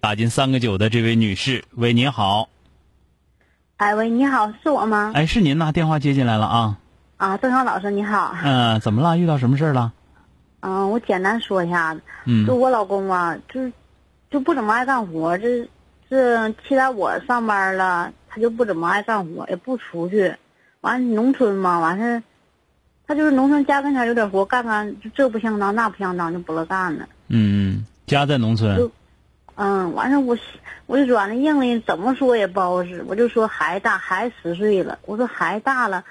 打进三个九的这位女士，喂，您好，哎喂，你好，是我吗？哎，是您呐，电话接进来了啊，啊，郑康老师你好，嗯、怎么了？遇到什么事儿了？嗯、我简单说一下，嗯就我老公啊，就是就不怎么爱干活，这这期待我上班了，他就不怎么爱干活，也不出去。完，农村嘛，完事儿，他就是农村家跟前有点活干干，就这不相当那不相当，就不乐干了。嗯，家在农村就，嗯，完事儿我我就软了硬了，怎么说也不好使。我就说孩子大，孩子十岁了，我说孩子大了，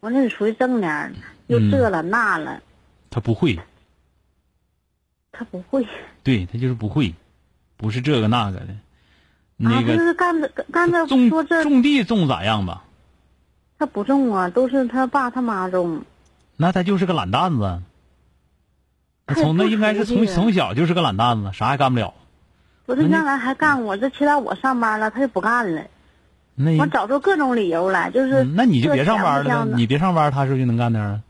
完了你出去挣点儿，又嗯这了那了。她不会，他不会，对她就是不会，不是这个那个的，啊，那不个是干这干这种说这种地种咋样吧？他不种啊，都是他爸他妈种。那他就是个懒蛋子。那他也从那不应该是熟从悉啊从小就是个懒蛋子，啥也干不了。我这那你原来还干我，这现在我上班了，他就不干了。那我找出各种理由来，就是、哎嗯那你就别上班这了钱呗，不你行别上班，他是不是就能干点儿啊？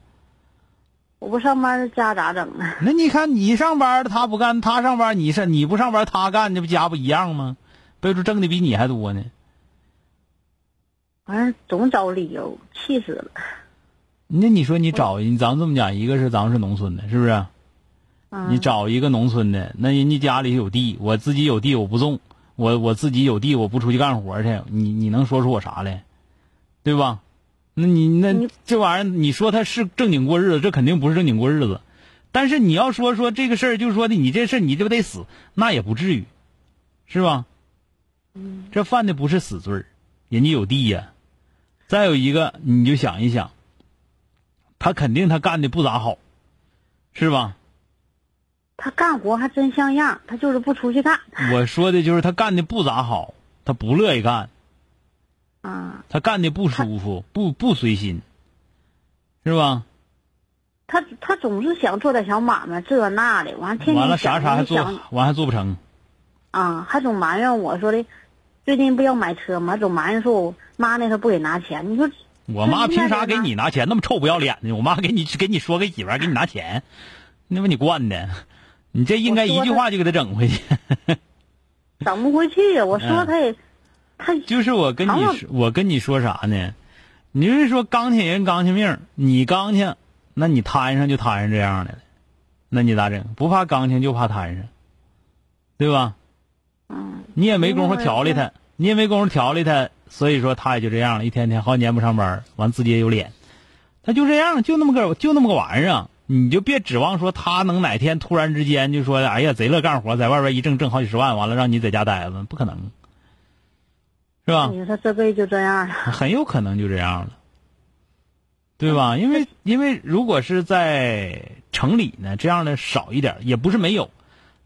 我不上班，家咋整啊？那你看你上班了，他不干；他上班，你上你不上班，他干，这不家不一样吗？备注挣的比你还多呢。完事儿总找理由，气死了。那你说你找人，咱们这么讲，一个是咱们是农村的，是不啊是？嗯、你找一个农村的，那人家家里有地，我自己有地我不种，我我自己有地我不出去干活去，你你能说出我啥来，对吧？那你那你这玩意儿，你说他是正经过日子，这肯定不是正经过日子。但是你要说说这个事儿，就是说的你这事儿你就得死，那也不至于，是吧？嗯这犯的不是死罪儿人家有地呀、再有一个，你就想一想，他肯定他干的不咋好，是吧？他干活还真像样，他就是不出去干。我说的就是他干的不咋好，他不乐意干，啊，他干的不舒服，不不随心，是吧？他他总是想做点小买卖，这那的，完天天完了啥想啥还你做想，完还做不成，啊，还总埋怨我说的，最近不要买车吗？总埋怨说我妈那时候不给拿钱。你说我妈那凭啥那给得拿你拿钱？那么臭不要脸的，我妈给你给你说个媳妇儿给你拿钱，那不你惯的， 你这应该我说一句她话就给他整回去。整不回去，我说嗯他也，他就是我跟好你了说，我跟你说啥呢？你是说刚去人刚去命，你刚去，那你摊上就摊上这样的了，那你咋整？不怕刚去就怕摊上，对吧？嗯，你也没工夫嗯调理他，你也没工夫调理他，所以说他也就这样了，一天天好几年不上班，完自己也有脸，他就这样，就那么个就那么个玩意儿，你就别指望说他能哪天突然之间就说，哎呀，贼乐干活，在外边一挣挣好几十万，完了让你在家待着，不可能，是吧？你说他这辈子就这样了。很有可能就这样了，对吧？因为因为如果是在城里呢，这样的少一点，也不是没有。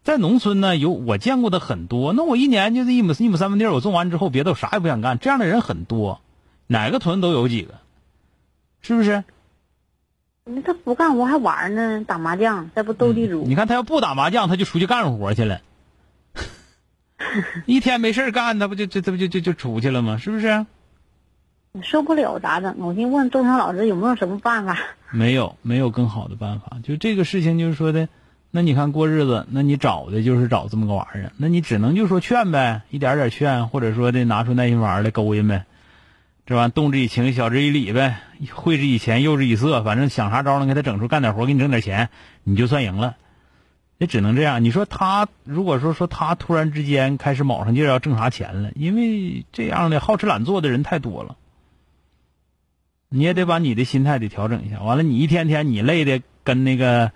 在农村呢，有我见过的很多。那我一年就是一亩一亩三分地儿，我种完之后，别的我啥也不想干。这样的人很多，哪个屯都有几个，是不是？那他不干活还玩呢，打麻将，再不斗地主。你看他要不打麻将，他就出去干活去了。一天没事儿干，那不就就这不就就就出去了吗？是不是？受不了咋整？我寻问周强老师有没有什么办法？没有，没有更好的办法。就这个事情，就是说的，那你看过日子，那你找的就是找这么个玩意儿，那你只能就说劝呗，一点点劝，或者说的拿出耐心丸来勾引呗，这玩意儿动之以情，晓之以理呗，会之以钱，诱之以色，反正想啥招能给他整出干点活，给你整点钱，你就算赢了，也只能这样。你说他如果说说他突然之间开始卯上劲儿要挣啥钱了，因为这样的好吃懒做的人太多了，你也得把你的心态得调整一下。完了，你一天天你累的跟那个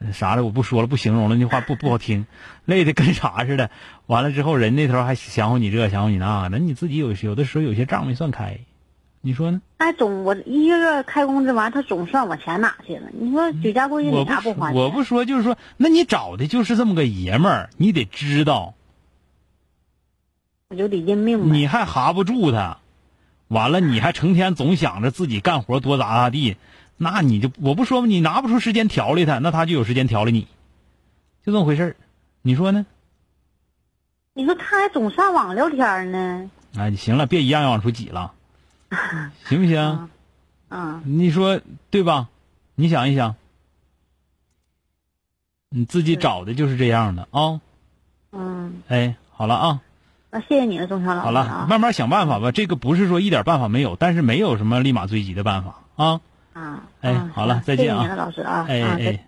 呃啥的，我不说了，不形容了，那话不不好听，累的跟啥似的。完了之后，人那头还想乎你这，想乎你那，那你自己有有的时候有些账没算开，你说呢？哎，总我一个月开工资完，他总算我钱哪去了？你说举家过去嗯我你不咋说还我钱？不说，就是说，那你找的就是这么个爷们儿，你得知道，我就得认命呗。你还哈不住他，完了你还成天总想着自己干活多咋咋地，那你就我不说吗你拿不出时间调理他，那他就有时间调理你，就这么回事儿，你说呢？你说他还总上网聊天呢，哎，行了，别一样样往出 挤了，行不行？嗯啊，你说对吧？你想一想，你自己对找的就是这样的啊、嗯，哎，好了啊。那谢谢你了，钟晓老师好了，啊慢慢想办法吧。这个不是说一点办法没有，但是没有什么立马追击的办法啊。啊，哎嗯啊好了行再见啊谢谢你了，老师啊，哎啊，再见哎。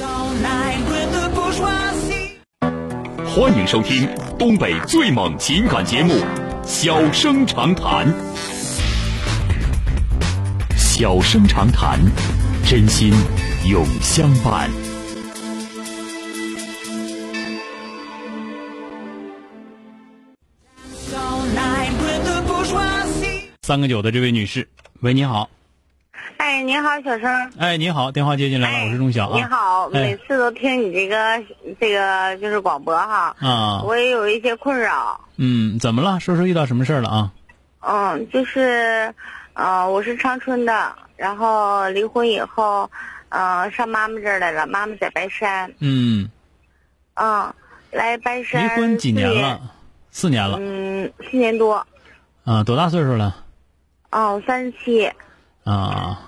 all night with the bourgeoisie. 欢迎收听东北最猛情感节目《小生长谈》。小生长谈，真心永相伴。 All night with the bourgeoisie. 三个九的这位女士，喂，你好，哎，你好，小生。哎哎，你好，电话接进来了，我是钟晓啊。你好，哎每次都听你这个这个就是广播哈，啊，我也有一些困扰。嗯，怎么了？说说遇到什么事儿了啊？嗯，就是，呃，我是长春的，然后离婚以后，呃，上妈妈这儿来了，妈妈在白山，嗯，嗯，来白山离婚几年四了？四年了嗯，四年多。啊，多大岁数了哦，三十七，啊？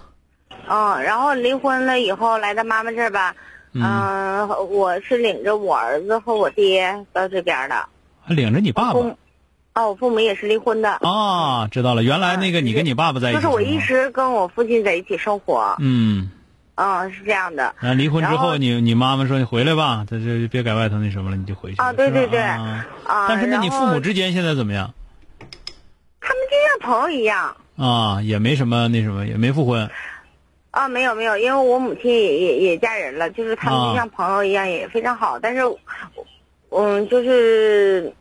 嗯，然后离婚了以后来到妈妈这儿吧，嗯，嗯、我是领着我儿子和我爹到这边儿的，还领着你爸父爸母，哦，我父母也是离婚的，啊？知道了，原来那个你跟你爸爸在一就起是我一吗直跟我父亲在一起生活，嗯，嗯，是这样的，那离婚之然后后，你你妈妈说你回来吧，这这别改外头那什么了，你就回去啊了对是吧对对啊啊，但是那然你父后母之间现在怎么样他们就像朋友一样啊？也没什么那什么，也没复婚啊，没有没有，因为我母亲也也也嫁人了，就是他们啊就像朋友一样，也非常好，但是，嗯，就是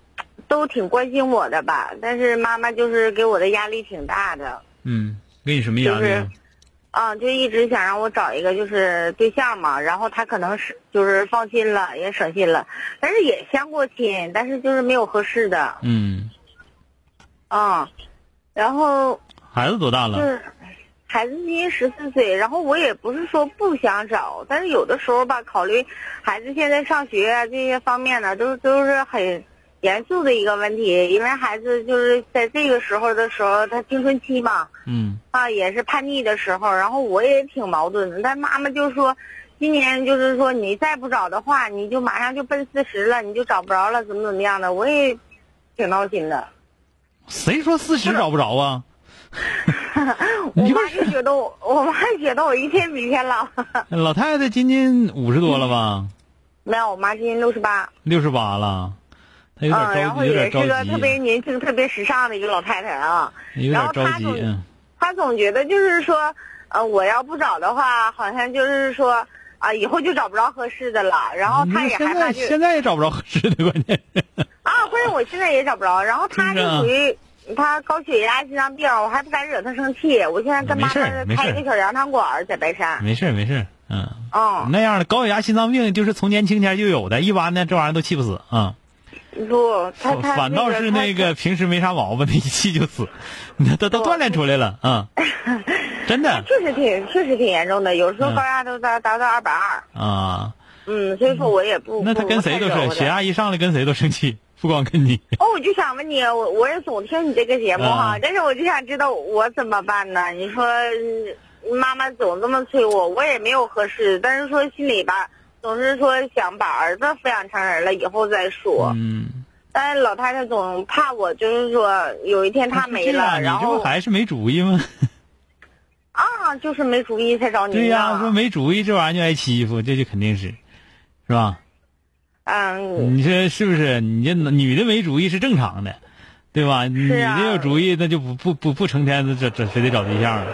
都挺关心我的吧，但是妈妈就是给我的压力挺大的，嗯，给你什么压力啊？啊，就一直想让我找一个就是对象嘛，然后他可能是就是放心了，也省心了，但是也相过亲，但是就是没有合适的，嗯，嗯，然后孩子多大就了？是孩子今年十四岁，然后我也不是说不想找，但是有的时候吧，考虑孩子现在上学啊这些方面呢，都都是很严肃的一个问题，因为孩子就是在这个时候的时候，他青春期嘛，嗯啊，也是叛逆的时候，然后我也挺矛盾的，但妈妈就说，今年就是说你再不找的话，你就马上就奔四十了，你就找不着了，怎么怎么样的，我也挺闹心的。谁说四十找不着啊？我你就妈就觉得我，我妈觉得我一天比一天老。老太太今年五十多了吧？没有，我妈今年六十八，六十八了，她有嗯，点然着后急，有也点是个特别着年轻、特别时尚的一个老太太啊。急，有点着急然后她。就嗯她总觉得就是说，呃，我要不找的话，好像就是说啊、以后就找不着合适的了。然后哦她你也嗯现害怕在就现在也找不着合适的，关键 是啊，关键我现在也找不着。然后她是啊就属于她高血压、心脏病，我还不敢惹她生气。我现在跟没妈事妈儿没开事一儿个小凉汤馆儿在白山。没事儿没事儿，嗯。嗯，那样的高血压、心脏病就是从年轻前就有的，一般呢这玩意儿都气不死啊、不，她反她哦反倒是那她个平时没啥毛病的，一 气就死，那都都锻炼出来了 啊、真的确实挺确实挺严重的，有时候嗯高压都达达到二百二。啊、嗯，所以说我也不。那他不跟谁都是血。压一上来跟谁都生气，不光跟你。不太惹我的哦，我就想问你，我我也总听你这个节目哈，嗯但是我就想知道我怎么办呢？你说嗯妈妈总这么催我，我也没有合适，但是说心里吧，总是说想把儿子抚养成人了以后再说。嗯，但是老太太总怕我，就是说有一天她没啊这样了，你然这不后还是没主意吗？啊，就是没主意才找你呢。对呀、说没主意这玩意儿就挨欺负，这就肯定是。是吧？嗯，你这是不是？你这女的没主意是正常的，对吧？女的有主意，那就不不不不成天的这这非得找对象了。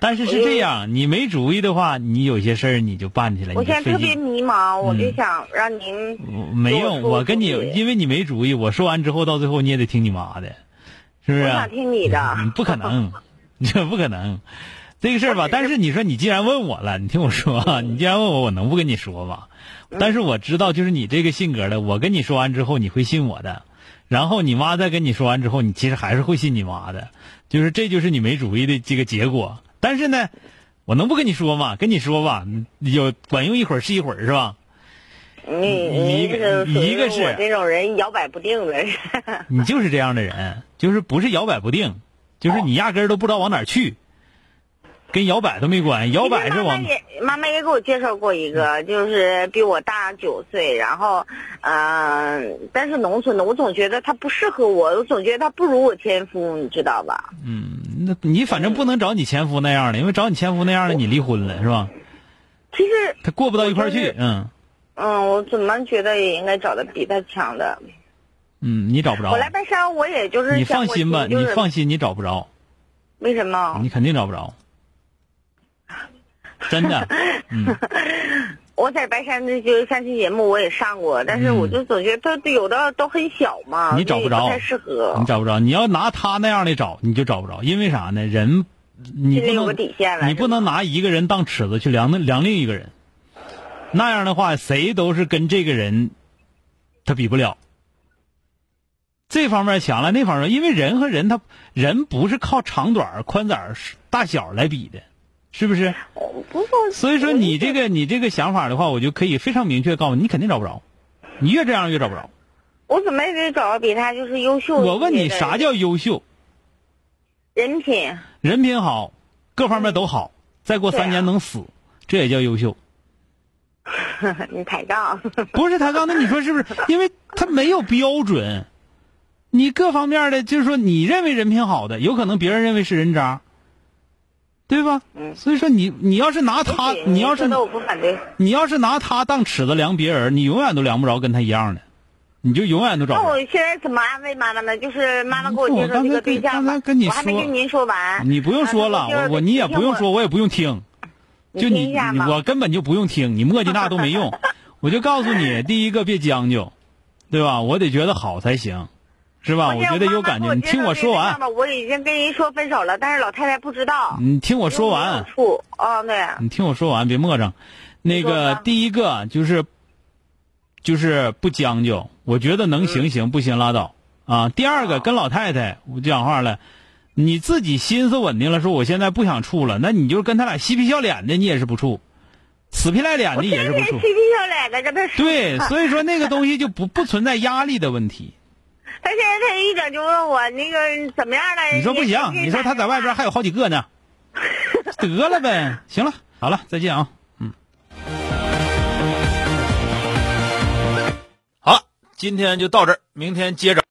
但是是这样，你没主意的话，你有些事儿你就办起来，我你就现费在特别劲。迷茫，我就嗯想让您我没用，我我跟你我主，意因为你没主意，我说完之后，到最后你也得听你妈的，是不是我啊？想听你的。嗯不可能， 这不可能，这个事儿吧。但是你说你既然问我了，你听我说啊，你既然问我，我能不跟你说吗？嗯但是我知道，就是你这个性格的，我跟你说完之后，你会信我的。然后你妈再跟你说完之后，你其实还是会信你妈的，就是这就是你没主意的这个结果。但是呢，我能不跟你说吗？跟你说吧，嗯有管用一会儿是一会儿是吧？你一你个这属一于个是我这种人摇摆不定的人，你就是这样的人，就是不是摇摆不定，就是你压根儿都不知道往哪儿去，跟摇摆都没关系。 摇摆是嗯妈妈往也妈妈也给我介绍过一个，就是比我大九岁，然后，嗯、但是农村的，我总觉得他不适合我，我总觉得他不如我前夫，你知道吧？嗯，那你反正不能找你前夫那样的，因为找你前夫那样的你离婚了是吧？其实，他过不到一块儿我就去是，嗯嗯，我怎么觉得也应该找的比他强的。嗯，你找不着我。来白山，我也就是你想放过心吧，去就你是放心，你找不着，为什么？你肯定找不着，真的。 嗯，我在白山的就是相亲节目我也上过，但是嗯我就总觉得他有的都很小嘛，你找不着就也太适合，你找不着。你要拿他那样的找，你就找不着，因为啥呢？人你心不里有个能底线了。你不能拿一个人当尺子去量那量另一个人，那样的话，谁都是跟这个人他比不了。这方面强了，那方面，因为人和人他人不是靠长短儿、宽窄儿、大小来比的，是不是？呃不过，所以说你这个你这个想法的话，我就可以非常明确地告诉你，你肯定找不着，你越这样越找不着。我怎么也得找到比他就是优秀一些的。我问你，啥叫优秀？人品？ 人品好，各方面都好，再过三对啊年能死，这也叫优秀。你抬杠，不是抬杠，那你说是不是？因为他没有标准，你各方面的，就是说你认为人品好的，有可能别人认为是人渣，对吧？嗯所以说你你要是拿 他，也许你要是说的我不反对，你要是拿他当尺子量别人，你永远都量不着跟他一样的，你就永远都找那不我着。现在怎么安慰妈妈呢？就是妈妈给我介绍这个对象我吧刚才跟你我还没说跟您说完，你不用说啊了，那就是我我你也听不用说，我也不用听，你就听你一下你嘛我根本就不用听，你磨叽那都没用。 我就告诉你，第一个别将就，对吧？我得觉得好才行，是吧？啊我现觉在得妈有妈感给觉，你介听绍我这说对完象。吧我已经跟人说分手了，但是老太太不知道。你听我说完，处啊、对，你听我说完，别磨蹭。那你说个吧第一个就是，就是不将就，我觉得能行行，不行拉倒啊。第二个跟老太太我讲话了，你自己心思稳定了，说我现在不想处了，那你就跟他俩嬉皮笑脸的，你也是不处，死皮赖脸的我也天是不天处嬉。皮笑脸的跟他 说。对，所以说那个东西就不不存在压力的问题。他现在他一整就问我那个怎么样了？你说不行，给你说他在外边还有好几个呢，得了呗，行了，好了，再见啊，嗯，好了，今天就到这儿，明天接着。